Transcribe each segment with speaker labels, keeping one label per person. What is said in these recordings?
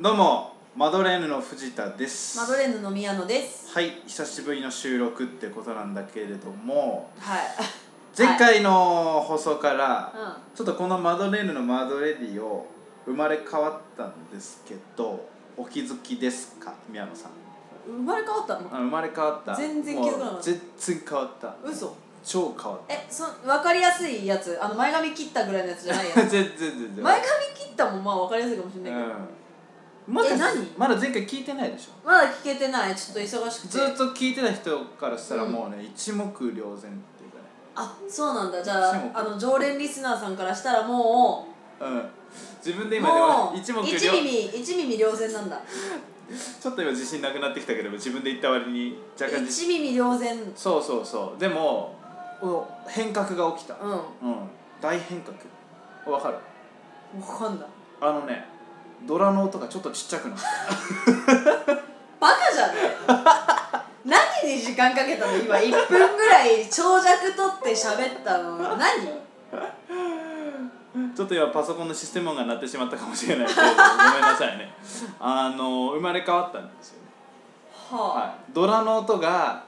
Speaker 1: どうもマドレーヌの藤田です
Speaker 2: マドレーヌの宮野です
Speaker 1: はい久しぶりの収録ってことなんだけれども
Speaker 2: はい
Speaker 1: 前回の放送から、
Speaker 2: うん
Speaker 1: ちょっとこのマドレーヌのマドレディを生まれ変わったんですけどお気づきですか宮野さん
Speaker 2: 生まれ変わったの
Speaker 1: あ生まれ変わった
Speaker 2: 全然気づかなかった
Speaker 1: もう全然変わった
Speaker 2: 嘘
Speaker 1: 超変わっ
Speaker 2: えそ分かりやすいやつあの前髪切ったぐらいのやつじゃないや
Speaker 1: た
Speaker 2: つ
Speaker 1: 全然全然
Speaker 2: 前髪切ったもまあ分かりやすいかもしれないけど、
Speaker 1: うんまだ
Speaker 2: え何
Speaker 1: まだ前回聞いてないでしょ
Speaker 2: まだ聞けてないちょっと忙しくて
Speaker 1: ずっと聞いてた人からしたら
Speaker 2: うん
Speaker 1: もうね、一目瞭然っていうかね
Speaker 2: あそうなんだじゃ
Speaker 1: そう
Speaker 2: ああの常連リスナーさんからしたらもう
Speaker 1: うん自分で今で
Speaker 2: も
Speaker 1: も
Speaker 2: う
Speaker 1: 一目
Speaker 2: 一
Speaker 1: 瞭
Speaker 2: 耳一耳瞭然なんだ
Speaker 1: ちょっと今自信なくなってきたけど自分で言った割に若干自信
Speaker 2: 一耳瞭然うん
Speaker 1: そうそうそうでもお変革が起きたうん大変革わかる
Speaker 2: 分かんない
Speaker 1: あのねドラの音がちょっとちっちゃくなった
Speaker 2: バカじゃない 何に時間かけたの今1分ぐらい長尺取って喋ったの何
Speaker 1: ちょっと今パソコンのシステム音が鳴ってしまったかもしれないけれどごめんなさいねあの生まれ変わったんですよね
Speaker 2: は
Speaker 1: はい、ドラの音が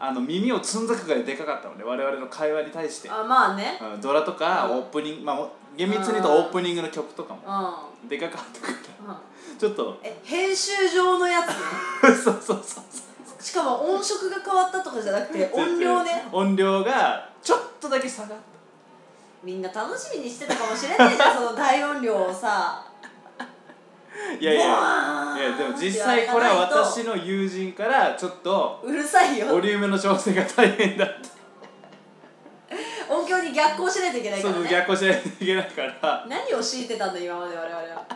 Speaker 1: あの耳をつんざくぐらいでかかったので我々の会話に対して
Speaker 2: あ、あまあね
Speaker 1: うんドラとか
Speaker 2: うん
Speaker 1: オープニング、まあ、厳密に言うとオープニングの曲とかも
Speaker 2: う
Speaker 1: でかかったから
Speaker 2: ん、うん、
Speaker 1: ちょっ と
Speaker 2: え編集上のやつね
Speaker 1: そうそうそうそう
Speaker 2: しかも音色が変わったとかじゃなくて音量ね
Speaker 1: 音量がちょっとだけ下がっ
Speaker 2: みんな楽しみにしてたかもしれない じゃんその大音量をさ
Speaker 1: たいやいや
Speaker 2: ボワーン
Speaker 1: いやでも実際これは私の友人からちょっと
Speaker 2: うるさいよ
Speaker 1: ボリュームの調整が大変だって
Speaker 2: 音響に逆行しないといけない
Speaker 1: そ
Speaker 2: から
Speaker 1: の
Speaker 2: ね
Speaker 1: 逆行しないといけないから
Speaker 2: 何を強いてたんだ今まで我々は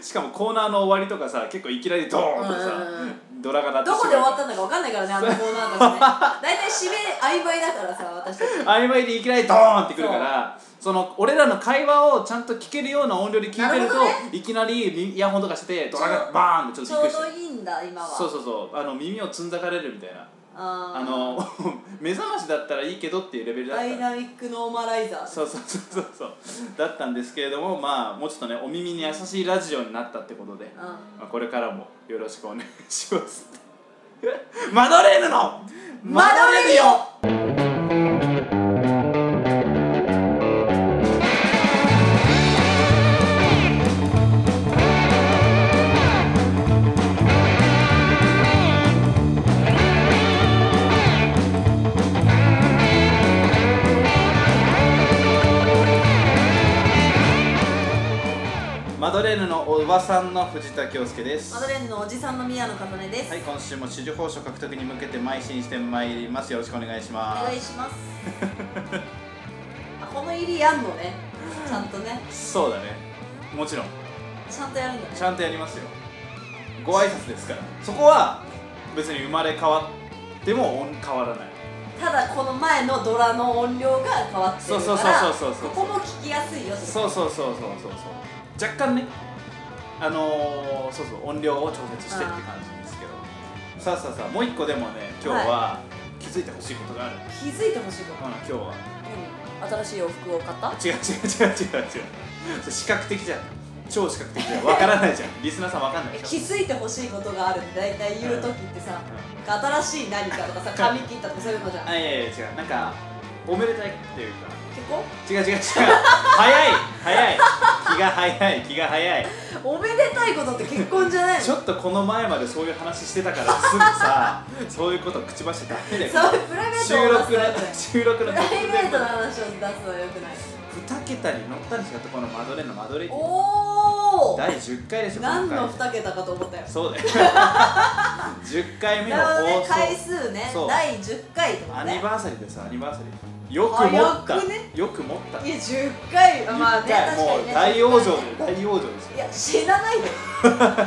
Speaker 1: しかもコーナーの終わりとかさ結構いきなりドーンとさ
Speaker 2: うんうん
Speaker 1: ドラが鳴ってし
Speaker 2: ど
Speaker 1: まう
Speaker 2: こで終わったんだか分かんないからねあのコーナーがね大体締め曖昧だからさ私たち
Speaker 1: 曖昧でいきなりドーンってくるからその俺らの会話をちゃんと聞けるような音量で聞いて
Speaker 2: な
Speaker 1: る
Speaker 2: る
Speaker 1: と
Speaker 2: ほどね
Speaker 1: いきなりみイヤホンとかしてドラがバーンってちょっ
Speaker 2: ち
Speaker 1: と
Speaker 2: ょ
Speaker 1: び
Speaker 2: う
Speaker 1: っくりして
Speaker 2: どいいんだ今は
Speaker 1: そうそうそうあの耳をつんざかれるみたいな
Speaker 2: あー
Speaker 1: あの 目覚ましだったらいいけどっていうレベルだっ
Speaker 2: ダイ
Speaker 1: た
Speaker 2: ナミックノーマライザー
Speaker 1: そうそうそうそうそうだったんですけれどもまあもうちょっとねお耳に優しいラジオになったってことで、
Speaker 2: うん
Speaker 1: まあ、これからもよろしくお願いします マドレーヌの
Speaker 2: マドレディオ
Speaker 1: マドレーヌのおばさんの藤田恭介です
Speaker 2: マドレーヌのおじさんの宮野かとねです、
Speaker 1: はい、今週も支持報酬獲得に向けて邁進してまいります。よろしくお願いし
Speaker 2: お
Speaker 1: ま
Speaker 2: 願い しますあこの入りやんのねちゃんとね
Speaker 1: す。そうだね。もちろん、
Speaker 2: ちゃんとやるんだね
Speaker 1: ちゃんとやりますよ。ご挨拶ですから。そこは別に生まれ変わっても音変わらない。
Speaker 2: ただこの前のドラの音量が変わって
Speaker 1: そう
Speaker 2: る
Speaker 1: そう
Speaker 2: から
Speaker 1: そうそうそうそう
Speaker 2: ここも聞きやすいよって
Speaker 1: そうそうそうそうそうそう。若干ね、あのー、そうそう音量を調節してって感じですけど。さあさあさあ、もう一個でもね、今日は気づいてほしいことがある。
Speaker 2: 気づいてほしいこと
Speaker 1: うん、今日は。
Speaker 2: 何新しい洋服を買った
Speaker 1: 違う違う違う違う違うそれ視覚的じゃん超視覚的じゃんわからないじゃんリスナーさんわかんない
Speaker 2: え
Speaker 1: で
Speaker 2: 気
Speaker 1: しょ
Speaker 2: づいてほしいことがあるって大体言う時ってさ、
Speaker 1: う
Speaker 2: 新しい何かとかさ髪切ったとかそういうのじゃん
Speaker 1: んあいやいや違うなんかおめでたいっていうか
Speaker 2: 結婚
Speaker 1: 違う違う違う早い早い気が早い気が早い
Speaker 2: おめでたいことって結婚じゃないの
Speaker 1: ちょっとこの前までそういう話してたからすぐさそういうこと口走っちゃダメだよ
Speaker 2: そういうプライベート
Speaker 1: 収
Speaker 2: の話
Speaker 1: 録
Speaker 2: だよね
Speaker 1: の収録
Speaker 2: プ
Speaker 1: の
Speaker 2: ライベートの話を出すのはよくない
Speaker 1: 2桁に乗ったんでしょこのマドレーヌのマドレーヌ
Speaker 2: おお
Speaker 1: 第10回でしょ
Speaker 2: 何
Speaker 1: 今
Speaker 2: の
Speaker 1: 回
Speaker 2: 2桁かと思ったよ
Speaker 1: そうだよ10回目の
Speaker 2: なるほ
Speaker 1: 放
Speaker 2: どね
Speaker 1: 送
Speaker 2: 回数ね
Speaker 1: そう
Speaker 2: 第10回とか
Speaker 1: ア
Speaker 2: ね
Speaker 1: ニバーサリーですアニバーサリーよく持った
Speaker 2: 早くね
Speaker 1: よく持った
Speaker 2: いや10回
Speaker 1: 10
Speaker 2: まあね
Speaker 1: 回
Speaker 2: 確か
Speaker 1: も
Speaker 2: に
Speaker 1: う
Speaker 2: ね
Speaker 1: 大往生で
Speaker 2: 10回
Speaker 1: 大往生です
Speaker 2: い
Speaker 1: よ
Speaker 2: や死 なないで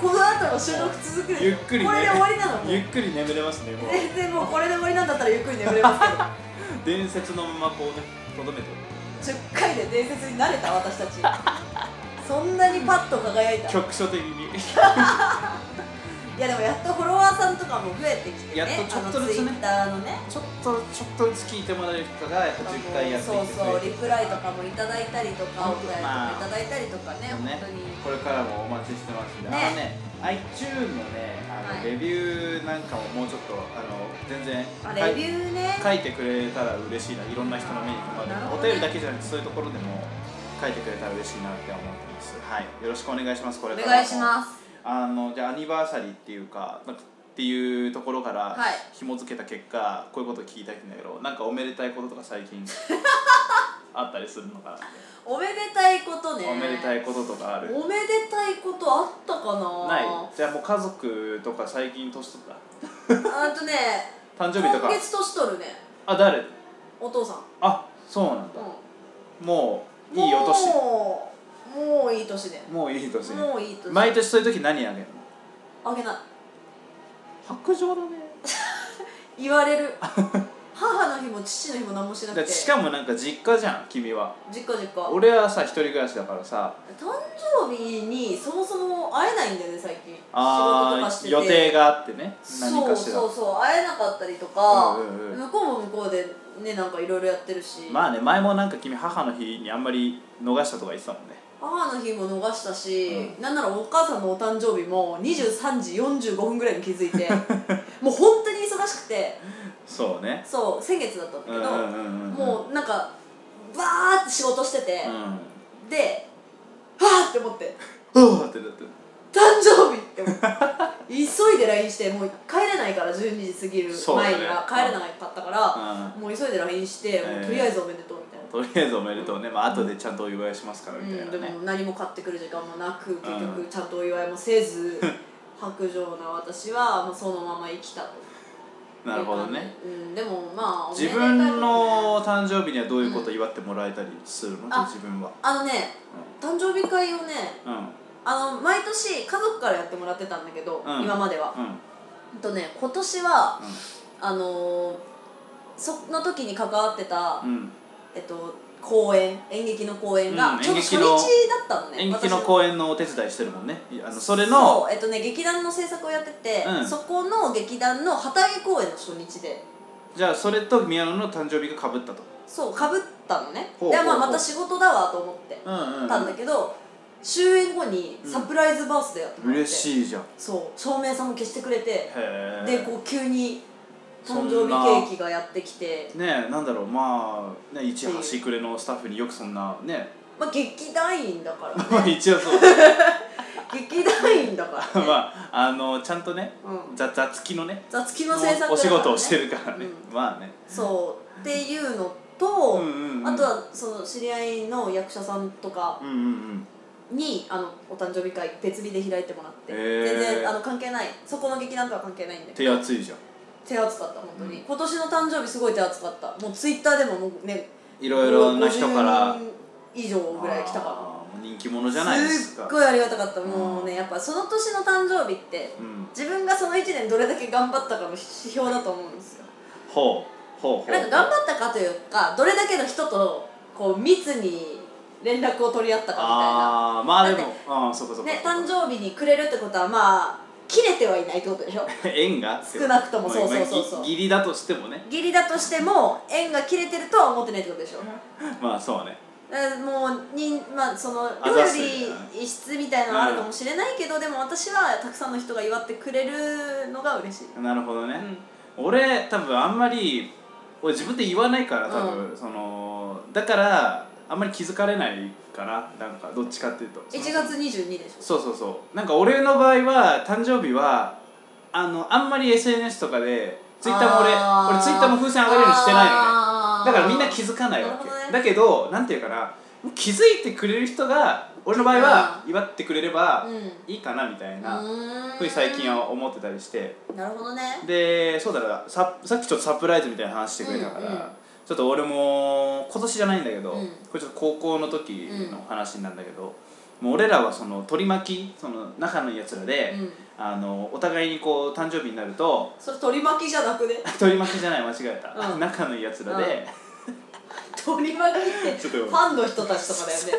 Speaker 2: この後も収録続くでしょ
Speaker 1: ゆっくり
Speaker 2: これで終わりなのもう
Speaker 1: ゆっくり眠れますねもう
Speaker 2: 全然もうこれで終わりなんだったらゆっくり眠れますけ ど
Speaker 1: 伝説のままこうねとどめて
Speaker 2: 10回で伝説になれた私たちそんなにパッと輝いた
Speaker 1: 局所的に
Speaker 2: いやでもやっとフォロワーさんとかも増えてき
Speaker 1: や
Speaker 2: てね
Speaker 1: っとちょっとずつね
Speaker 2: あのツイッターのね
Speaker 1: ちょっとちょっとずつ聞いてもらえる人がやっぱ10回やってい
Speaker 2: そう
Speaker 1: てく
Speaker 2: そう
Speaker 1: れ
Speaker 2: リ
Speaker 1: て
Speaker 2: プライとかもいただいたりとかお
Speaker 1: 本当
Speaker 2: 便りとかいただいたりとかね本
Speaker 1: ね
Speaker 2: 当に
Speaker 1: これからもお待ちしてますんで、
Speaker 2: ね
Speaker 1: あのね iTune のねあの、
Speaker 2: はい
Speaker 1: レビューなんかももうちょっとあの全然
Speaker 2: あレビューね
Speaker 1: 書いてくれたら嬉しいないろんな人の目に留まる
Speaker 2: なるほど
Speaker 1: お
Speaker 2: ね
Speaker 1: 便りだけじゃなくてそういうところでも書いてくれたら嬉しいなって思ってますはいよろしくお願いしますこ
Speaker 2: お
Speaker 1: れからも
Speaker 2: 願いします
Speaker 1: あのじゃあアニバーサリーっていうかなんかっていうところから
Speaker 2: はい
Speaker 1: 紐付けた結果、こういうこと聞いたいんだけどなんかおめでたいこととか最 近あったりするのかなって
Speaker 2: おめでたいことね
Speaker 1: おめでたいこととかある
Speaker 2: おめでたいことあったかな
Speaker 1: ないじゃあもう家族とか最近年取った
Speaker 2: あとね
Speaker 1: 誕生日と
Speaker 2: 今
Speaker 1: か
Speaker 2: 月年取るね
Speaker 1: あ誰
Speaker 2: お父さん、
Speaker 1: あそうなんだ
Speaker 2: う、
Speaker 1: もうんいいお年
Speaker 2: もうもういい年で
Speaker 1: もういい年
Speaker 2: もういい年
Speaker 1: 毎年そういう時何あげるの
Speaker 2: あげない
Speaker 1: 白状だね
Speaker 2: 言わ れる母の日も父の日も何もしなく
Speaker 1: だっててしかもなんか実家じゃん君は
Speaker 2: 実家実家誕
Speaker 1: 俺はさ一人暮らしだからさ
Speaker 2: 生日にそもそも会えないんだよね最近仕事と
Speaker 1: あ
Speaker 2: か
Speaker 1: ー
Speaker 2: してて
Speaker 1: 予定があってね何
Speaker 2: そう
Speaker 1: かしら
Speaker 2: そうそう会えなかったりとか、
Speaker 1: うんうんうん
Speaker 2: 向こうも向こうでねなんかいろいろやってるし、
Speaker 1: まあね前もなんか君母の日にあんまり逃したとか言ってたもんね
Speaker 2: 母の日も逃したし、
Speaker 1: う
Speaker 2: なんならお母さんのお誕生日も23時45分ぐらいに気づ いてもう本当に忙しくて
Speaker 1: そうね
Speaker 2: そう先月だったんだけ
Speaker 1: うんう
Speaker 2: ど、
Speaker 1: んうんうん
Speaker 2: もうなんかバーって仕事してて、
Speaker 1: う
Speaker 2: ではあって思って
Speaker 1: んはあってなって
Speaker 2: 誕生日って思って急いで LINE してもう帰れないから12時過ぎる
Speaker 1: そうだ
Speaker 2: 前
Speaker 1: ね
Speaker 2: には、帰れなかったから、
Speaker 1: うん
Speaker 2: もう急いで LINE して、もう
Speaker 1: えー
Speaker 2: とりあえずおめでとうみたいな。
Speaker 1: とりあえずおめでとうね、まあ後でちゃんとお祝いしますから
Speaker 2: う
Speaker 1: みたい
Speaker 2: ん、
Speaker 1: な
Speaker 2: で
Speaker 1: ね、
Speaker 2: も何も買ってくる時間もなく結
Speaker 1: う
Speaker 2: 局
Speaker 1: ん
Speaker 2: ちゃんとお祝いもせ ず白状な私はもうそのまま生きたと
Speaker 1: なるほどね、
Speaker 2: うん、でもまあおめで
Speaker 1: 自
Speaker 2: たいことね
Speaker 1: 分の誕生日にはどういうこと祝ってもらえたりするの、
Speaker 2: あ
Speaker 1: 自分は
Speaker 2: あのね誕生日会をね
Speaker 1: うんうん
Speaker 2: あの毎年家族からやってもらってたんだけど、
Speaker 1: うん
Speaker 2: 今までは、
Speaker 1: うん
Speaker 2: うんとね今年はあのーその時に関わってた、
Speaker 1: うん、うん、
Speaker 2: えっと公演演劇の公演
Speaker 1: う
Speaker 2: が
Speaker 1: ん
Speaker 2: ちょうど
Speaker 1: 演
Speaker 2: 初
Speaker 1: 劇
Speaker 2: 日だ
Speaker 1: の
Speaker 2: ったのね
Speaker 1: 演劇の
Speaker 2: 私
Speaker 1: 公演のお手伝いしてるもんねいあのそれの
Speaker 2: そうえっとね劇団の制作をやってて、
Speaker 1: うん
Speaker 2: そこの劇団の旗揚げ公演の初日で
Speaker 1: じゃあそれと宮野の誕生日がかぶったと
Speaker 2: そうかぶったのね
Speaker 1: ほうほうほう
Speaker 2: でまあまた仕事だわと思って
Speaker 1: うんうん、
Speaker 2: たんだけど、終演後にサプライズバースデーやってもらって、
Speaker 1: 嬉
Speaker 2: い
Speaker 1: しいじゃんへ
Speaker 2: そう照明さんも消してくれて
Speaker 1: え
Speaker 2: でこう急に誕生
Speaker 1: そんな
Speaker 2: 日ケーキがやってきて、
Speaker 1: ねえなんだろうまあ、ね、一端くれのスタッフによくそんなね
Speaker 2: まあ、劇団員だから
Speaker 1: まあ
Speaker 2: ね
Speaker 1: 一応そうだね
Speaker 2: 劇団員だから、ね
Speaker 1: まああのちゃんとね
Speaker 2: うん、
Speaker 1: ざざつきのね
Speaker 2: 雑記の制作だから、ね、
Speaker 1: お仕事をしてるからね、まあね
Speaker 2: そうっていうの
Speaker 1: うん
Speaker 2: と、
Speaker 1: うんうん
Speaker 2: あとはその知り合いの役者さんとか
Speaker 1: うんうんうん
Speaker 2: にあのお誕生日会別日で開いてもらって、
Speaker 1: へー
Speaker 2: 全然あの関係ないそこの劇団とは関係ないんだけど
Speaker 1: 手厚いじゃん
Speaker 2: 手厚かった本当
Speaker 1: う
Speaker 2: に、
Speaker 1: ん
Speaker 2: 今年の誕生日すごい手厚かったもうツイッターでももうね
Speaker 1: いろいろな人から
Speaker 2: 50以上ぐらい来たか
Speaker 1: あー人気者
Speaker 2: ら
Speaker 1: じゃないです
Speaker 2: っ
Speaker 1: か
Speaker 2: ごいありがたかったもうねやっぱその年の誕生日って
Speaker 1: うん、
Speaker 2: 自分がその1年どれだけ頑張ったかの指標だと思うんですよ
Speaker 1: ほうほうほう
Speaker 2: なんか頑張ったかというかどれだけの人とこう密に連絡を取り合ったか
Speaker 1: ああーまあで
Speaker 2: だ
Speaker 1: もああーそうかそ
Speaker 2: み
Speaker 1: う
Speaker 2: た
Speaker 1: か
Speaker 2: いなね誕生日にくれるってことはまあ切れてはいないってことでしょ
Speaker 1: 縁が
Speaker 2: 少なくともそうそうそうそう
Speaker 1: まあぎ義理だとしてもね
Speaker 2: 義理だとしても縁が切れてるとは思ってないってことでしょ
Speaker 1: まあそうね
Speaker 2: だからもうに、まあ、その
Speaker 1: あ
Speaker 2: 料よ
Speaker 1: ざっすみたいなね
Speaker 2: り異質みたいなのはあるかもしれないけど、でも私はたくさんの人が祝ってくれるのが嬉しい、
Speaker 1: なるほどね、
Speaker 2: うん
Speaker 1: 俺多分あんまり俺自分で言わないから多分、そのだからあんまり気づかれないかななんかどっちかっていうと
Speaker 2: 1月22でしょ
Speaker 1: そうそうそうなんか俺の場合は誕生日はあのあんまり SNS とかでツイッターも俺
Speaker 2: あー
Speaker 1: 俺ツイッターも風船上がるようにしてないのね
Speaker 2: あー
Speaker 1: だからみんな気づかないわけ、
Speaker 2: なるほどね
Speaker 1: だけどなんていうかなもう気づいてくれる人が俺の場合は祝ってくれれば
Speaker 2: う
Speaker 1: いいかなみたいなんふうに最近は思ってたりして
Speaker 2: なるほどね
Speaker 1: でそうだなささっきちょっとサプライズみたいな話してくれたから、
Speaker 2: うんうん
Speaker 1: ちょっと俺も今年じゃないんだけど、
Speaker 2: うん
Speaker 1: これちょっと高校の時の話なんだけど、もう俺らはその取り巻きその仲のいいやつらで、
Speaker 2: うん
Speaker 1: あのお互いにこう誕生日になると
Speaker 2: それ取り巻きじゃなくね
Speaker 1: 取り巻きじゃない間違えた、
Speaker 2: うん
Speaker 1: 仲のいいやつらで、
Speaker 2: 取り巻きって
Speaker 1: ちょっとよ
Speaker 2: ファンの人たち とかだよね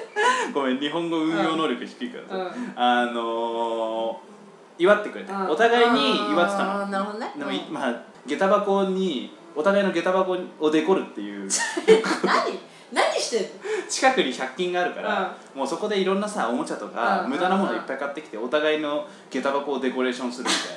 Speaker 1: ごめん日本語運用能力低いからさ、
Speaker 2: うん
Speaker 1: あのー祝ってくれて、
Speaker 2: うん
Speaker 1: お互いに祝ってたの
Speaker 2: あーなるほどね
Speaker 1: でも、
Speaker 2: うん
Speaker 1: いまあ下駄箱にお互いの下駄箱をデコるっていう
Speaker 2: 何何してんの
Speaker 1: 近くに100均があるから、もうそこでいろんなさおもちゃとか、
Speaker 2: うん
Speaker 1: 無駄なものいっぱい買ってきてお互いの下駄箱をデコレーションするみた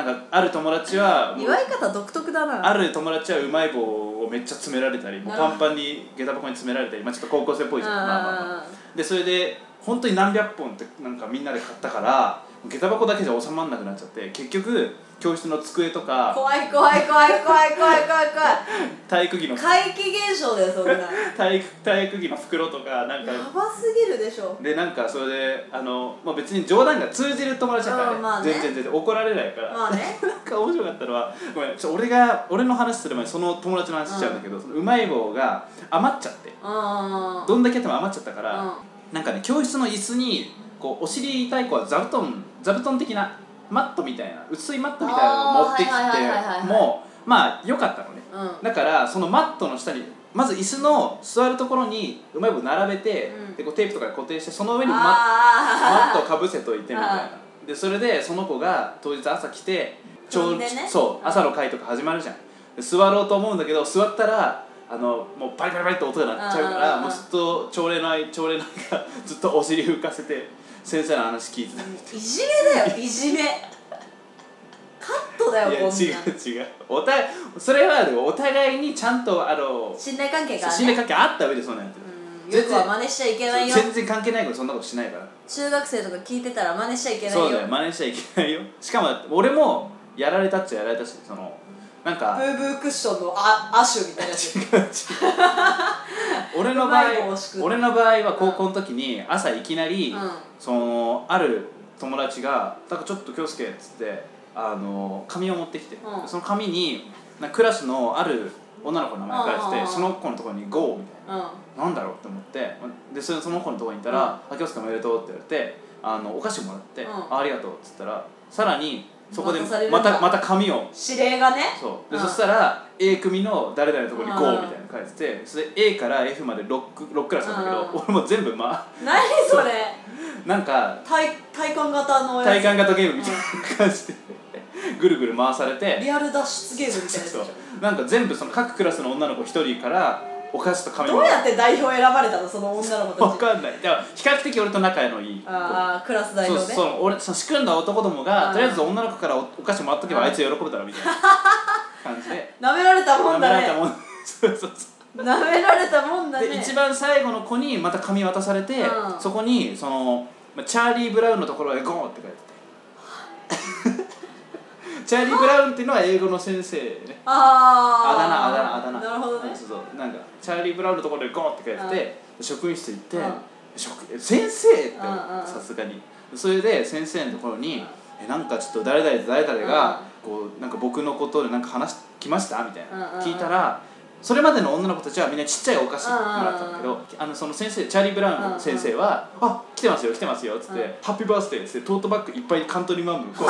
Speaker 1: いななんかある友達はもう
Speaker 2: 祝い方独特だな
Speaker 1: ある友達はうまい棒をめっちゃ詰められたりもう
Speaker 2: なるほ
Speaker 1: パン
Speaker 2: ど
Speaker 1: パンに下駄箱に詰められたり、まあ、ちょっと高校生っぽいじゃん、まあまあまあ
Speaker 2: あ
Speaker 1: でそれで本当に何百本ってなんかみんなで買ったから下駄箱だけじゃ収まらなくなっちゃって結局教室の机と
Speaker 2: ー
Speaker 1: か
Speaker 2: 怖い怖い怖い怖い怖い怖い怖い
Speaker 1: 体育着の
Speaker 2: 怪奇現象だよそんなや
Speaker 1: 体育体育着の袋とかなんか
Speaker 2: ばすぎるでしょ
Speaker 1: でなんかそれであの、まあ、別に冗談が通じる友達だからね,、
Speaker 2: うんまあね
Speaker 1: 全然全然怒られないから、
Speaker 2: まあね
Speaker 1: なんか面白かったのはごめんちょ俺が俺の話する前にその友達の話しちゃうんだけど、そのうまい棒が余っちゃって
Speaker 2: うん
Speaker 1: どんだけやっても余っちゃったから、
Speaker 2: うん
Speaker 1: なんかね教室の椅子にこうお尻痛い子は座布団座布団的なマットみたいな薄いマットみたいなのを持ってきて
Speaker 2: あーはいはいはいはいはい
Speaker 1: もうまあ良かったのね
Speaker 2: うん
Speaker 1: だからそのマットの下にまず椅子の座るところにうまい棒並べて、
Speaker 2: うん
Speaker 1: でこうテープとかで固定してその上にマットマッ
Speaker 2: あ
Speaker 1: トかぶせといてみたいなでそれでその子が当日朝来てちょう
Speaker 2: 飛んでね
Speaker 1: そう
Speaker 2: うん
Speaker 1: 朝の会とか始まるじゃんで座ろうと思うんだけど座ったらあのもうバリバリバリって音が鳴っちゃうか
Speaker 2: う
Speaker 1: ら
Speaker 2: んうん
Speaker 1: も
Speaker 2: うん
Speaker 1: うずっと朝礼の間朝礼の間 ずっとお尻浮かせて先生の話聞いてたい
Speaker 2: ーいじめだよいじめカットだよ
Speaker 1: や
Speaker 2: こん
Speaker 1: 違う
Speaker 2: な
Speaker 1: 違うおたそれはでもお互いにちゃんとあの
Speaker 2: 信頼関係がね
Speaker 1: 信頼関係あった上でそんなやってる
Speaker 2: うんよくは真似しちゃいけないよ
Speaker 1: 全然関係ないことそんなことしないから
Speaker 2: 中学生とか聞いてたら真似しちゃいけないよ
Speaker 1: そうだよ真似しちゃいけないよしかも俺もやられたっちゃやられたしそのなん
Speaker 2: ブ
Speaker 1: か
Speaker 2: ーブークッションのあアシュみたいな やつ
Speaker 1: 俺の場合
Speaker 2: うまい棒を敷く
Speaker 1: 俺の場合は高校の時に朝いきなり、
Speaker 2: うん
Speaker 1: そのある友達が「なんかちょっと京介」っつってあの紙を持ってきて、
Speaker 2: うん
Speaker 1: その紙になんかクラスのある女の子の名前が書いてて、
Speaker 2: うんうんうん
Speaker 1: その子のところに「GO」みたいな。
Speaker 2: うん
Speaker 1: なんだろうって思ってでそその子のとこに行ったら「あ京介おめでとう」って言われてあのお菓子もらって「
Speaker 2: うん
Speaker 1: あありがとう」っつったらさらにそこで
Speaker 2: 渡されるん
Speaker 1: ま
Speaker 2: だ
Speaker 1: たまた紙を
Speaker 2: 指令がね
Speaker 1: そうで、
Speaker 2: うん
Speaker 1: そしたら A 組の誰々のところに「
Speaker 2: うん
Speaker 1: GO」みたいなの書いててそれで A から F まで 6, 6クラスなんだけど、
Speaker 2: うん
Speaker 1: 俺も全部まあ
Speaker 2: 何それ
Speaker 1: なんか
Speaker 2: 体体感型の
Speaker 1: 体
Speaker 2: や
Speaker 1: 感型ゲームみたいな感じで、ぐるぐる回され
Speaker 2: つ
Speaker 1: て
Speaker 2: リアル脱出ゲームみたいなやつでし
Speaker 1: そ
Speaker 2: ょ
Speaker 1: うなんか全部その各クラスの女の子1人からお菓子と紙
Speaker 2: ど
Speaker 1: も
Speaker 2: う
Speaker 1: ら
Speaker 2: やって代表選ばれたのその女の子
Speaker 1: 分
Speaker 2: たち
Speaker 1: かんないだから比較的俺と仲のいい子
Speaker 2: ああクラス代
Speaker 1: そう
Speaker 2: 表ね
Speaker 1: そう俺その仕組んだ男どもが、
Speaker 2: うん
Speaker 1: とりあえず女の子からおお菓子もらっとけば
Speaker 2: うん
Speaker 1: あいつ喜ぶだろみたいな感じで
Speaker 2: なめられたもん
Speaker 1: 舐
Speaker 2: だ
Speaker 1: められた
Speaker 2: ね
Speaker 1: もんそう そうそ
Speaker 2: なめられたもんだ
Speaker 1: う
Speaker 2: ね
Speaker 1: で一番最後の子にまた紙渡されて、
Speaker 2: うん
Speaker 1: そこにそのまあチャーリー・ブラウンのところへゴーンって書いて てチャーリー・ブラウンっていうのは英語の先生ねあだ名あ
Speaker 2: あ
Speaker 1: だ名あ
Speaker 2: ー
Speaker 1: だ名
Speaker 2: なるほどね
Speaker 1: そうそうなんかチャーリー・ブラウンのところでゴーンって書いてて、職員室行って、
Speaker 2: うん
Speaker 1: 職先生って
Speaker 2: うんうん
Speaker 1: さすがにそれで先生のところに、えなんかちょっと誰々と誰々が、こうなんか僕のことでなんか話来ましたみたいな、
Speaker 2: うんうんうん
Speaker 1: 聞いたらそれまでの女の子たちはみんなちっちゃいお菓子もらったんだけど、
Speaker 2: うん
Speaker 1: あのその先生チャーリー・ブラウンの先生は「あ来てますよ来てますよ」っつって、
Speaker 2: うん
Speaker 1: ハッピーバースデー」っつってトートバッグいっぱいカントリーマンムこ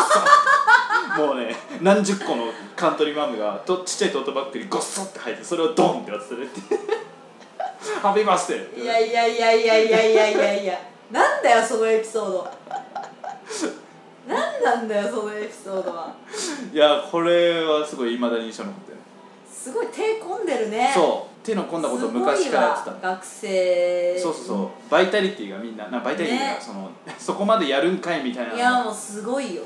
Speaker 1: うもうね何十個のカントリーマムがとちっちゃいトートバッグにごっそって入ってそれをドンって忘れて 「ハッピーバースデー」って
Speaker 2: いやいやいやいやいやいやいやいやなんだよそのエピソードなんなんだよそのエピソードはい
Speaker 1: やこれはすごいいまだに印象残ってる、
Speaker 2: すごい手込んでるね
Speaker 1: そう手の込んだことを昔からやってた
Speaker 2: すごいわ学生
Speaker 1: そうそうそうバイタリティがみんななバイタリティが
Speaker 2: ね
Speaker 1: その、そこまでやるんかいみたいなの
Speaker 2: やもうすご いよ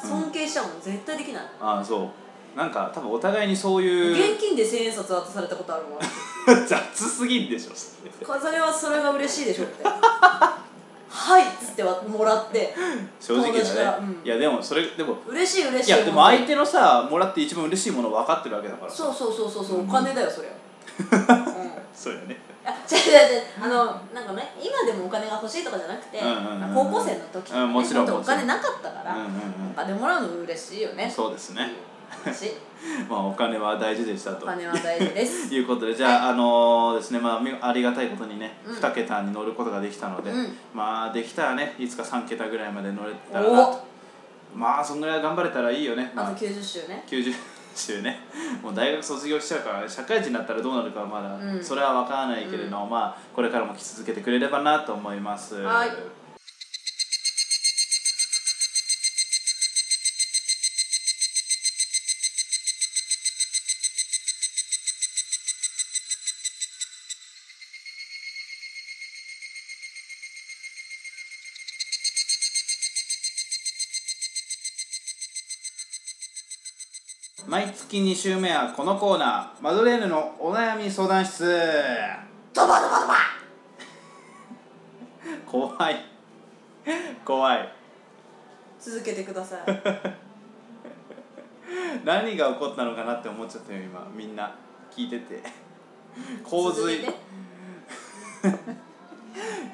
Speaker 2: 尊敬したもん絶対できない
Speaker 1: ああそうなんか多分お互いにそういう
Speaker 2: 現金で千円札渡されたことあるもん
Speaker 1: 雑すぎんでしょ
Speaker 2: それはそれが嬉しいでしょってはいっつってはもらって
Speaker 1: 正直
Speaker 2: 友達か
Speaker 1: だ
Speaker 2: ら
Speaker 1: ね、
Speaker 2: うん
Speaker 1: いやでもそれでも
Speaker 2: 嬉しい嬉し
Speaker 1: い
Speaker 2: い
Speaker 1: やでも
Speaker 2: 本当に
Speaker 1: 相手のさもらって一番嬉しいもの分かってるわけだから
Speaker 2: そうそうそうそうそう
Speaker 1: う
Speaker 2: お
Speaker 1: ん
Speaker 2: 金だよそれは うん
Speaker 1: そうよね
Speaker 2: あ違う違う違うあのなんかね今でもお金が欲しいとかじゃなくて、
Speaker 1: うんうんうん
Speaker 2: 高校生の時とかね
Speaker 1: うんもちろん
Speaker 2: 本当お金
Speaker 1: もちろ
Speaker 2: なかったか
Speaker 1: うん
Speaker 2: ら、
Speaker 1: うん
Speaker 2: お金もらうの嬉しいよ
Speaker 1: うん
Speaker 2: ね
Speaker 1: そうですね
Speaker 2: し
Speaker 1: まあお金は大事でした
Speaker 2: お
Speaker 1: と
Speaker 2: 金は大事 です
Speaker 1: いうことでじゃあ、あのですねまあみありがたいことにね、
Speaker 2: うん
Speaker 1: 2桁に乗ることができたので、
Speaker 2: うん
Speaker 1: まあできたらねいつか3桁ぐらいまで乗れたらなとまあそんぐらい頑張れたらいいよね、ま
Speaker 2: あ
Speaker 1: あ
Speaker 2: と、90周ね
Speaker 1: 90週ねもう大学卒業しちゃうから社会人になったらどうなるかはまだ、
Speaker 2: うん
Speaker 1: それは分からないけれど、まあこれからも来続けてくれればなと思います。
Speaker 2: はい
Speaker 1: 毎月2週目はこのコーナーマドレーヌのお悩み相談室
Speaker 2: ドバドバドバ
Speaker 1: 怖い怖い
Speaker 2: 続けてください
Speaker 1: 何が起こったのかなって思っちゃったよ今みんな聞いて て洪水
Speaker 2: 続けて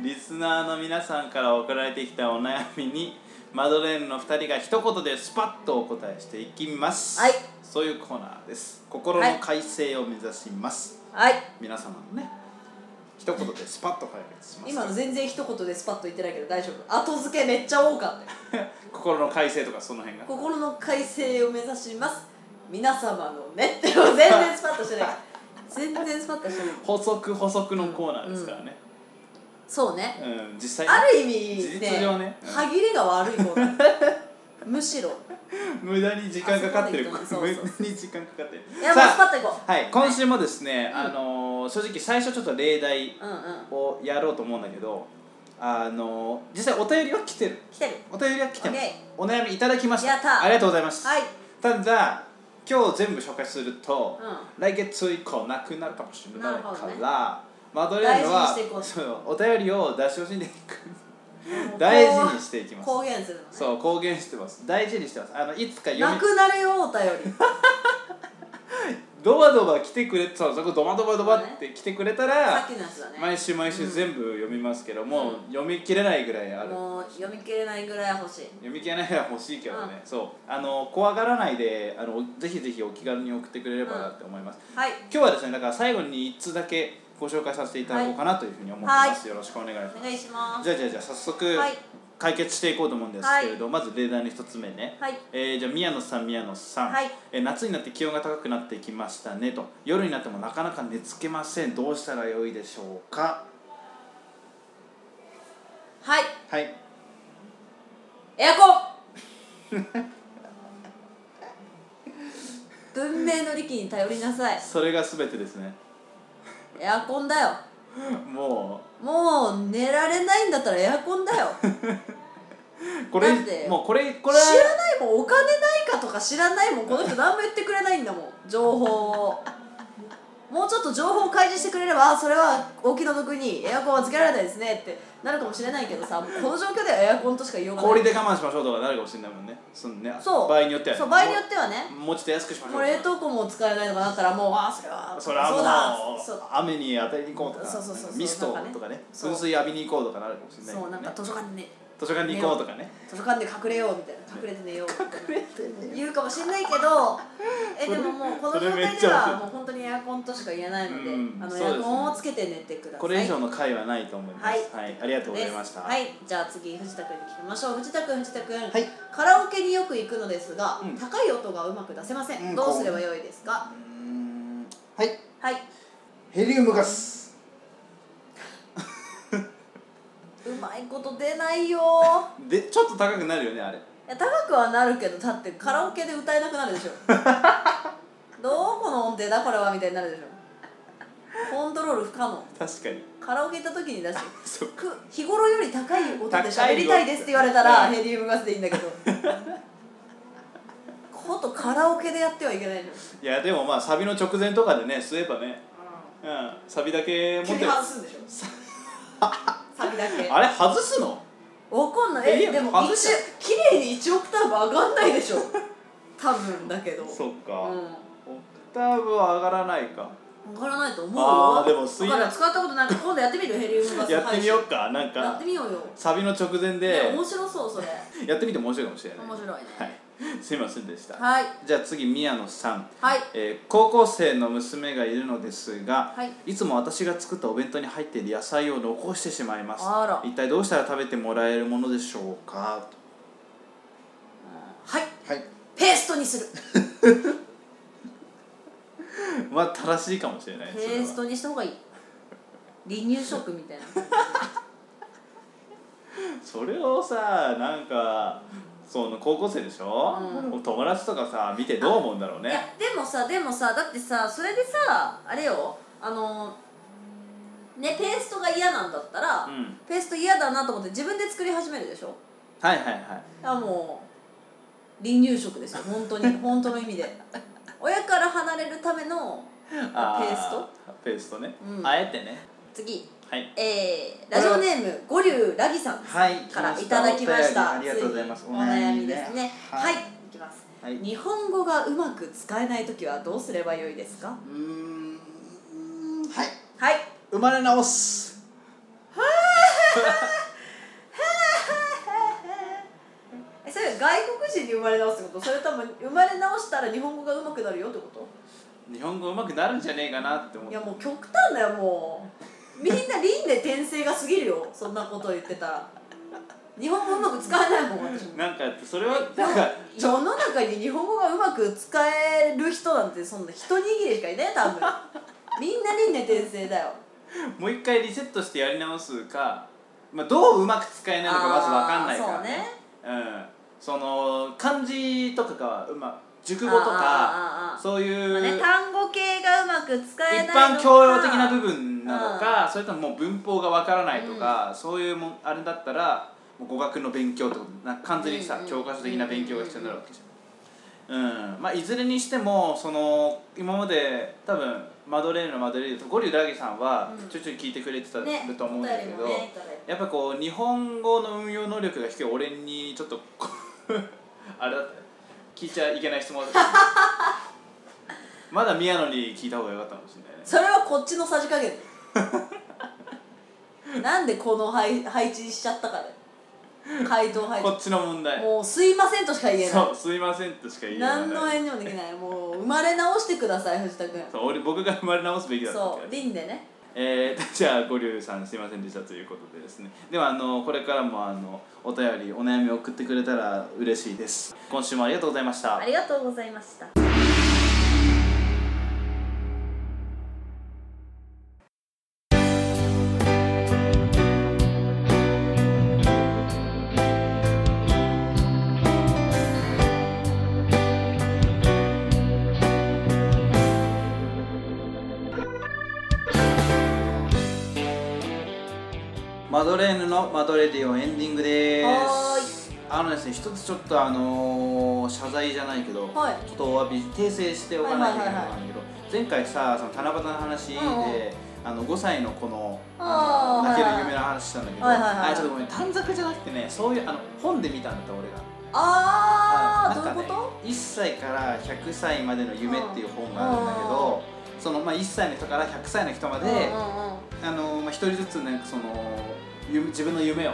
Speaker 1: リスナーの皆さんから送られてきたお悩みにマドレーヌの2人が一言でスパッとお答えしていきます、
Speaker 2: はい
Speaker 1: そういうコーナーです心の改正を目指します、
Speaker 2: はい
Speaker 1: 皆様のね一言でスパッと解決します
Speaker 2: 今の全然一言でスパッと言ってないけど大丈夫後付けめっちゃ多かったよ
Speaker 1: 心の改正とかその辺が
Speaker 2: 心の改正を目指します皆様のね っても全然スパッとしてない全然スパッとしてない
Speaker 1: 補足補足のコーナーですからね、
Speaker 2: そうね
Speaker 1: うん実際
Speaker 2: あ
Speaker 1: ね
Speaker 2: る意味ね
Speaker 1: 事実上ねうん
Speaker 2: 歯切れが悪 い方だむしろ
Speaker 1: 無駄に時間かかってる
Speaker 2: あ
Speaker 1: 無
Speaker 2: そこまで行ったねそうそう
Speaker 1: 駄に時間かかってる
Speaker 2: いやもうスパ
Speaker 1: さ
Speaker 2: ッといこ
Speaker 1: あはい今週もですね、
Speaker 2: はい
Speaker 1: あのー正直最初ちょっと例題
Speaker 2: ううんうん
Speaker 1: をやろうと思うんだけどあのー実際お便りは来てる
Speaker 2: 来てる
Speaker 1: お便りは来てま
Speaker 2: オッ
Speaker 1: す
Speaker 2: ケ
Speaker 1: お悩みいただきました
Speaker 2: やった
Speaker 1: ありがとうございます、
Speaker 2: はい
Speaker 1: ただ今日全部紹介すると、
Speaker 2: う
Speaker 1: 来月以降なくなるかもしれない
Speaker 2: なる
Speaker 1: か
Speaker 2: ほどね
Speaker 1: ら、マドレーヌ
Speaker 2: 大事にしていこ
Speaker 1: は
Speaker 2: う
Speaker 1: そうお便りを出し惜しんでいく
Speaker 2: もう
Speaker 1: 大事にしていきます
Speaker 2: 公言するのね
Speaker 1: そう公言してます大事にしてますあのいつか読
Speaker 2: な
Speaker 1: み
Speaker 2: くなれよお便り
Speaker 1: ドバドバ来てくれそうそこドバドバドバって来てくれたら、
Speaker 2: さっきのやつだね
Speaker 1: 毎週毎週全部読みますけど、もう読み切れないぐらいある、
Speaker 2: もう読み切れないぐらい欲しい
Speaker 1: 読み切れないは欲しいけどね、そうあの怖がらないであのぜひぜひお気軽に送ってくれればなって思います、
Speaker 2: はい
Speaker 1: 今日はですねだから最後に1通だけご紹介させていただこうかなというふうに思ってます、
Speaker 2: はい
Speaker 1: よろしくお願いします、
Speaker 2: お願いします
Speaker 1: じゃあじゃあじゃあ早速
Speaker 2: はい
Speaker 1: 解決していこうと思うんですけれど、まず例題の1つ目ね、
Speaker 2: はい
Speaker 1: えーじゃあ宮野さん宮野さん、
Speaker 2: はい
Speaker 1: えー夏になって気温が高くなってきましたねと夜になってもなかなか寝つけませんどうしたらよいでしょうか
Speaker 2: はい
Speaker 1: はい
Speaker 2: エアコン 文明の力に頼りなさい
Speaker 1: それが全てですね
Speaker 2: エアコンだよ
Speaker 1: も
Speaker 2: もう寝られないんだったらエアコンだよ
Speaker 1: うこ
Speaker 2: だって
Speaker 1: れもうこれこ
Speaker 2: 知
Speaker 1: れは
Speaker 2: らないもんお金ないかとか知らないもんこの人何も言ってくれないんだもん情報をもうちょっと情報を開示してくれればあそれは大気の毒にエアコンはつけられないですねってなるかもしれないけどさもうこの状況ではエアコンとしか言いようがない
Speaker 1: 氷で我慢しましょうとかなるかもしれないもんねそのね
Speaker 2: そう
Speaker 1: 場合によってはね
Speaker 2: そう場合によってはね
Speaker 1: もうちょっと安くしましょう
Speaker 2: もう冷凍庫も使えないとかなったらもうああそれは
Speaker 1: それは
Speaker 2: うだ
Speaker 1: もう
Speaker 2: そう
Speaker 1: 雨に当たりに行こうとか
Speaker 2: そうそうそうそう
Speaker 1: ミスト
Speaker 2: なんかね
Speaker 1: とかね
Speaker 2: そう
Speaker 1: 噴水浴びに行こうとかなるかもしれないけ
Speaker 2: そう
Speaker 1: どね
Speaker 2: なんか図書館にね
Speaker 1: 図書館に行こうとかね
Speaker 2: 図書館で隠れようみたいな隠れて寝ようみたいな言うかもしれないけどえでももうこの状態
Speaker 1: そ
Speaker 2: で
Speaker 1: れめっちゃ
Speaker 2: はもう本当にエアコンとしか言えないので、
Speaker 1: うん
Speaker 2: あ
Speaker 1: そ
Speaker 2: の
Speaker 1: うです
Speaker 2: エア
Speaker 1: ね
Speaker 2: コンをつけて寝てください
Speaker 1: これ以上の回はないと思います
Speaker 2: はい、
Speaker 1: ありがとうございました
Speaker 2: はいじゃあ次藤田君に聞きましょう藤田君藤田君、
Speaker 1: い
Speaker 2: カラオケによく行くのですが、
Speaker 1: うん
Speaker 2: 高い音がうまく出せません、
Speaker 1: うん
Speaker 2: どうすればよいですか
Speaker 1: うーんはい
Speaker 2: はい
Speaker 1: ヘリウムガス
Speaker 2: うまいこと出ないよ
Speaker 1: でちょっと高くなるよねあれ
Speaker 2: いや高くはなるけどだってカラオケで歌えなくなるで しょどうこの音程だこれはみたいになるでしょコントロール不可能
Speaker 1: 確かに
Speaker 2: カラオケ行った時にだし
Speaker 1: そっか
Speaker 2: く日頃より高い音で喋り
Speaker 1: 高い音
Speaker 2: たいですって言われたら
Speaker 1: うん
Speaker 2: ヘリウムガスでいいんだけどことカラオケでやってはいけないの
Speaker 1: いやでもまあサビの直前とかでね吸えばねうんサビだけ持
Speaker 2: 切
Speaker 1: っ
Speaker 2: り
Speaker 1: て
Speaker 2: 外すんでしょサビだけ
Speaker 1: あれ外すの
Speaker 2: わかんない
Speaker 1: い
Speaker 2: え
Speaker 1: や
Speaker 2: でも
Speaker 1: 外
Speaker 2: 一
Speaker 1: し
Speaker 2: 綺麗に1オクターブ上がんないでしょ多分だけど
Speaker 1: そっか、
Speaker 2: うん
Speaker 1: オクターブは上がらないか
Speaker 2: わからないと思うよ
Speaker 1: あーでも水
Speaker 2: だから使ったことないから今度やってみるヘリウムガス
Speaker 1: やってみよう
Speaker 2: 配
Speaker 1: かなん
Speaker 2: 信やっ
Speaker 1: か
Speaker 2: てみようよ
Speaker 1: サビの直前で
Speaker 2: ね面白そうそれ
Speaker 1: やってみても面白いかもしれない
Speaker 2: 面白いね
Speaker 1: はいすいませんでした、
Speaker 2: はい
Speaker 1: じゃあ次宮野さん、
Speaker 2: はい
Speaker 1: えー高校生の娘がいるのですが、
Speaker 2: はい
Speaker 1: いつも私が作ったお弁当に入っている野菜を残してしまいます
Speaker 2: あら
Speaker 1: 一体どうしたら食べてもらえるものでしょうか
Speaker 2: はい
Speaker 1: はい
Speaker 2: ペーストにする
Speaker 1: まあ正しいかもしれない
Speaker 2: ペーストにした方がいい離乳食みたいな
Speaker 1: それをさなんかその高校生でしょ、友達とかさ見てどう思うんだろう
Speaker 2: いや
Speaker 1: ね
Speaker 2: でもさでもさだってさそれでさあれよあのねペーストが嫌なんだったら、
Speaker 1: うん
Speaker 2: ペースト嫌だなと思って自分で作り始めるでしょ
Speaker 1: はいはいはい
Speaker 2: あもう離乳食ですよ本当に本当の意味で親から離れるための
Speaker 1: あ
Speaker 2: ペースト
Speaker 1: ペーストね、
Speaker 2: うん
Speaker 1: あえてね
Speaker 2: 次
Speaker 1: はい
Speaker 2: えー、ラジオネーム五竜ラギさん
Speaker 1: はい
Speaker 2: からいただきました
Speaker 1: お便りありがとうございます
Speaker 2: つにお悩みですねは、
Speaker 1: はいい
Speaker 2: い、きます、
Speaker 1: はい
Speaker 2: 日本語がうまく使えない時はどうすればよいですか
Speaker 1: うーんはい
Speaker 2: はい
Speaker 1: 生まれ直す
Speaker 2: えそれ外国人に生まれ直すってことそれとも生まれ直したら日本語がうまくなるよってこと
Speaker 1: 日本語うまくなるんじゃねえかなって思って
Speaker 2: いやもう極端だよもうみんな輪廻転生が過ぎるよそんなこと言ってたら日本語うまく使えないもん私も
Speaker 1: なんかそれは
Speaker 2: で
Speaker 1: な
Speaker 2: も
Speaker 1: んか
Speaker 2: 世の中に日本語がうまく使える人なんてそんな一握りしかいないよ多分みんな輪廻転生だよ
Speaker 1: もう一回リセットしてやり直すか、まあ、どううまく使えないのかまず分かんないから
Speaker 2: あーそうね
Speaker 1: うん、その漢字とかがうま熟
Speaker 2: あー
Speaker 1: 語とか
Speaker 2: あーあー
Speaker 1: そういう、
Speaker 2: まあね単語系がうまく使えない
Speaker 1: 一
Speaker 2: のか
Speaker 1: 般教養的な部分なのか、それとももう文法がわからないとか、そういうもんあれだったらもう語学の勉強ってことな完全にさ、
Speaker 2: うんうん
Speaker 1: 教科書的な勉強が必要になるわけじゃん。うんまあ、いずれにしてもその今まで多分マドレーヌのマドレーヌとゴリュラギさんは
Speaker 2: うん
Speaker 1: ちょいちょい聞いてくれてた、
Speaker 2: ね
Speaker 1: ると思うんだけど、
Speaker 2: お便りもねいただいて
Speaker 1: やっぱこう日本語の運用能力が低い俺にちょっと こうあれだったね聞いちゃいけない質問だったまだ宮野に聞いた方が良かったかもしれないね
Speaker 2: それはこっちのさじ 加減なんでこの配配置しちゃったかで回答配
Speaker 1: こ
Speaker 2: 置
Speaker 1: っちの問題
Speaker 2: もう「すいません」としか言えな
Speaker 1: そ
Speaker 2: いう
Speaker 1: すいませんとしか言えない
Speaker 2: 何の返事もできないもう生まれ直してください藤田君
Speaker 1: そう俺僕が生まれ直すべきだった
Speaker 2: そ
Speaker 1: ん
Speaker 2: う
Speaker 1: だよ
Speaker 2: 輪でね
Speaker 1: えー、 じゃあ五竜さんすいませんでしたということでですねではあのこれからもあのお便りお悩みを送ってくれたら嬉しいです今週もありがとうございました
Speaker 2: ありがとうございました
Speaker 1: マドレーヌのマドレディオエンディングです
Speaker 2: は
Speaker 1: あのですね一つちょっとあのー謝罪じゃないけど、
Speaker 2: はい
Speaker 1: ちょっとお詫び訂正しておかないといけないことなんだけど、前回さその七夕の話で、
Speaker 2: うんうん
Speaker 1: あの5歳の子の
Speaker 2: あ
Speaker 1: あの
Speaker 2: ー
Speaker 1: 泣ける
Speaker 2: はいはい
Speaker 1: 夢の話したんだけど、
Speaker 2: はいはいはい
Speaker 1: あちょっとごめん短冊じゃなくてねそういうあの本で見たんだった俺が
Speaker 2: あ
Speaker 1: な
Speaker 2: ー
Speaker 1: んか
Speaker 2: どういう
Speaker 1: ね
Speaker 2: こと
Speaker 1: 1歳から100歳までの夢っていう本があるんだけど、そのまあ、1歳の人から100歳の人まで、
Speaker 2: うんうんうん
Speaker 1: あのまあ、一人ずつなんかその夢自分の夢を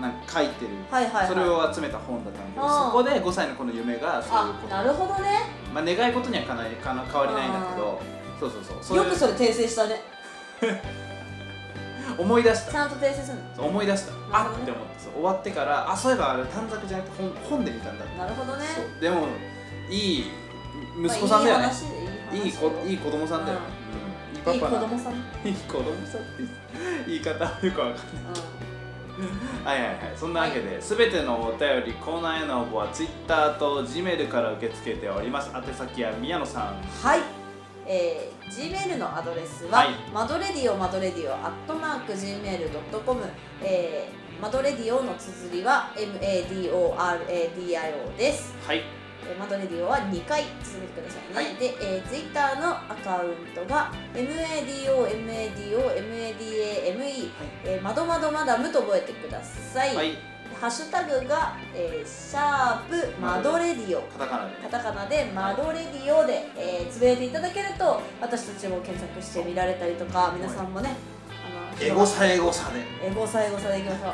Speaker 1: なんか書いてる、
Speaker 2: はいはいはい
Speaker 1: それを集めた本だったんだけど、
Speaker 2: うん
Speaker 1: そこで5歳の子の夢がそういう
Speaker 2: あ
Speaker 1: こと
Speaker 2: なるほどね
Speaker 1: まあ、願い事にはかなかな変わりないんだけどそうそうそうそうい
Speaker 2: よ
Speaker 1: う
Speaker 2: くそれ訂正したね
Speaker 1: 思い出し
Speaker 2: ちゃんと訂正するの
Speaker 1: た思い出した
Speaker 2: なるほ
Speaker 1: あ
Speaker 2: どね
Speaker 1: っって思ってそう終わってからあそういえばあれ短冊じゃなくて本本で見たんだって、
Speaker 2: なるほどね
Speaker 1: そうでもいい息子さんだよね、
Speaker 2: まあいい話でいい
Speaker 1: いい
Speaker 2: 話
Speaker 1: 子いい子供さんだよね、
Speaker 2: いい
Speaker 1: いい
Speaker 2: 子
Speaker 1: パパない
Speaker 2: 供さんうん
Speaker 1: い子供さんって 言い方よくわかんないはいはいはい、そんなわけで、すべてのお便り、コーナーへの応募は Twitter と Gmail から受け付けております。宛先は宮野さん。
Speaker 2: はい、えー、Gmail のアドレスは、
Speaker 1: はい
Speaker 2: マドレディオマドレディオアットマーク Gmail.com、えー、マドレディオの綴りは MADORADIO です、
Speaker 1: はい、
Speaker 2: えーマドレディオは2回続けてください
Speaker 1: はい
Speaker 2: ね、で、えー、Twitter のアカウントが MADOMADOMADAME、えー、まどまどマダムと覚えてください、
Speaker 1: はい、
Speaker 2: ハッシュタグが、えー、シャープマドレディオ
Speaker 1: カタカナで
Speaker 2: カ
Speaker 1: ね。
Speaker 2: タカナで「マドレディオで」えーつぶやいていただけると私たちも検索して見られたりとか皆さんもねあの
Speaker 1: エゴサエゴサで。
Speaker 2: エゴサエゴサでいきましょう
Speaker 1: は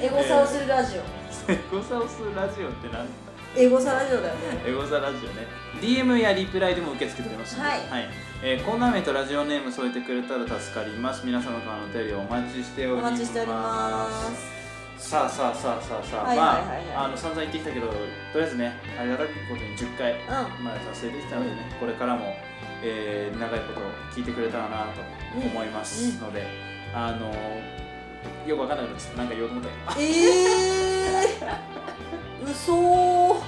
Speaker 1: い。
Speaker 2: エゴサをするラジオ、
Speaker 1: エゴサをするラジオってなんだ
Speaker 2: エゴサラジオだよね
Speaker 1: エゴサラジオね。DM やリプライでも受け付けておりますので。
Speaker 2: はい
Speaker 1: えーコーナー名とラジオネーム添えてくれたら助かります。皆様からのお便りをお待ちしてお
Speaker 2: お
Speaker 1: ります。
Speaker 2: 待ちしております
Speaker 1: さあさあさあさあさあ、
Speaker 2: はいはいはいはい
Speaker 1: まああの散々言ってきたけどとりあえずねありがたくことに10回
Speaker 2: う
Speaker 1: まで達成できたのでね、これからも、えー長いこと聞いてくれたらなと思いますので、あのーよくわかんないけどちょっとなんか言おうと思ったけど
Speaker 2: んえー、 うそ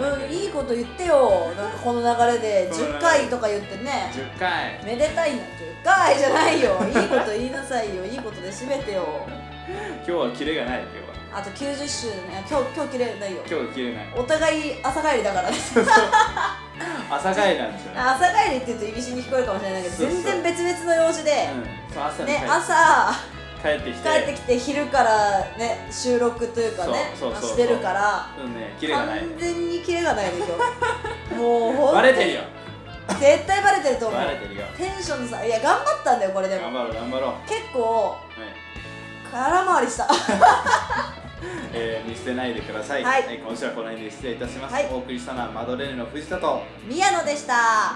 Speaker 2: うんいいこと言ってよなんかこの流れで10回とか言ってね
Speaker 1: 10回
Speaker 2: めでたいな10回じゃないよいいこと言いなさいよいいことで締めてよ
Speaker 1: 今日はキレがない今日は
Speaker 2: あと90周ね今日今日切れないよ
Speaker 1: 今日切れない
Speaker 2: お互い朝帰り だからね
Speaker 1: 朝帰りなんですよね
Speaker 2: 朝帰りって言うといびしに聞こえるかもしれないけど
Speaker 1: そうそう
Speaker 2: 全然別々の用事で、
Speaker 1: うんそう朝に帰
Speaker 2: ね朝
Speaker 1: 帰ってきて
Speaker 2: 帰ってきて昼からね収録というかね
Speaker 1: そうそうそうそう
Speaker 2: してるから
Speaker 1: うんねキレがないね
Speaker 2: 完全にキレがないでしょ もうほん
Speaker 1: バレてるよ
Speaker 2: 絶対バレてると思う
Speaker 1: バレてるよ
Speaker 2: テンションのさいや頑張ったんだよこれで
Speaker 1: 頑
Speaker 2: も
Speaker 1: 張ろう頑張ろう、はい
Speaker 2: 結構空回りした
Speaker 1: えー、見捨てないでください、
Speaker 2: はい
Speaker 1: 今週はこの辺で失礼いたします、
Speaker 2: はい
Speaker 1: お送りしたのはマドレーヌの藤田と
Speaker 2: 宮野でした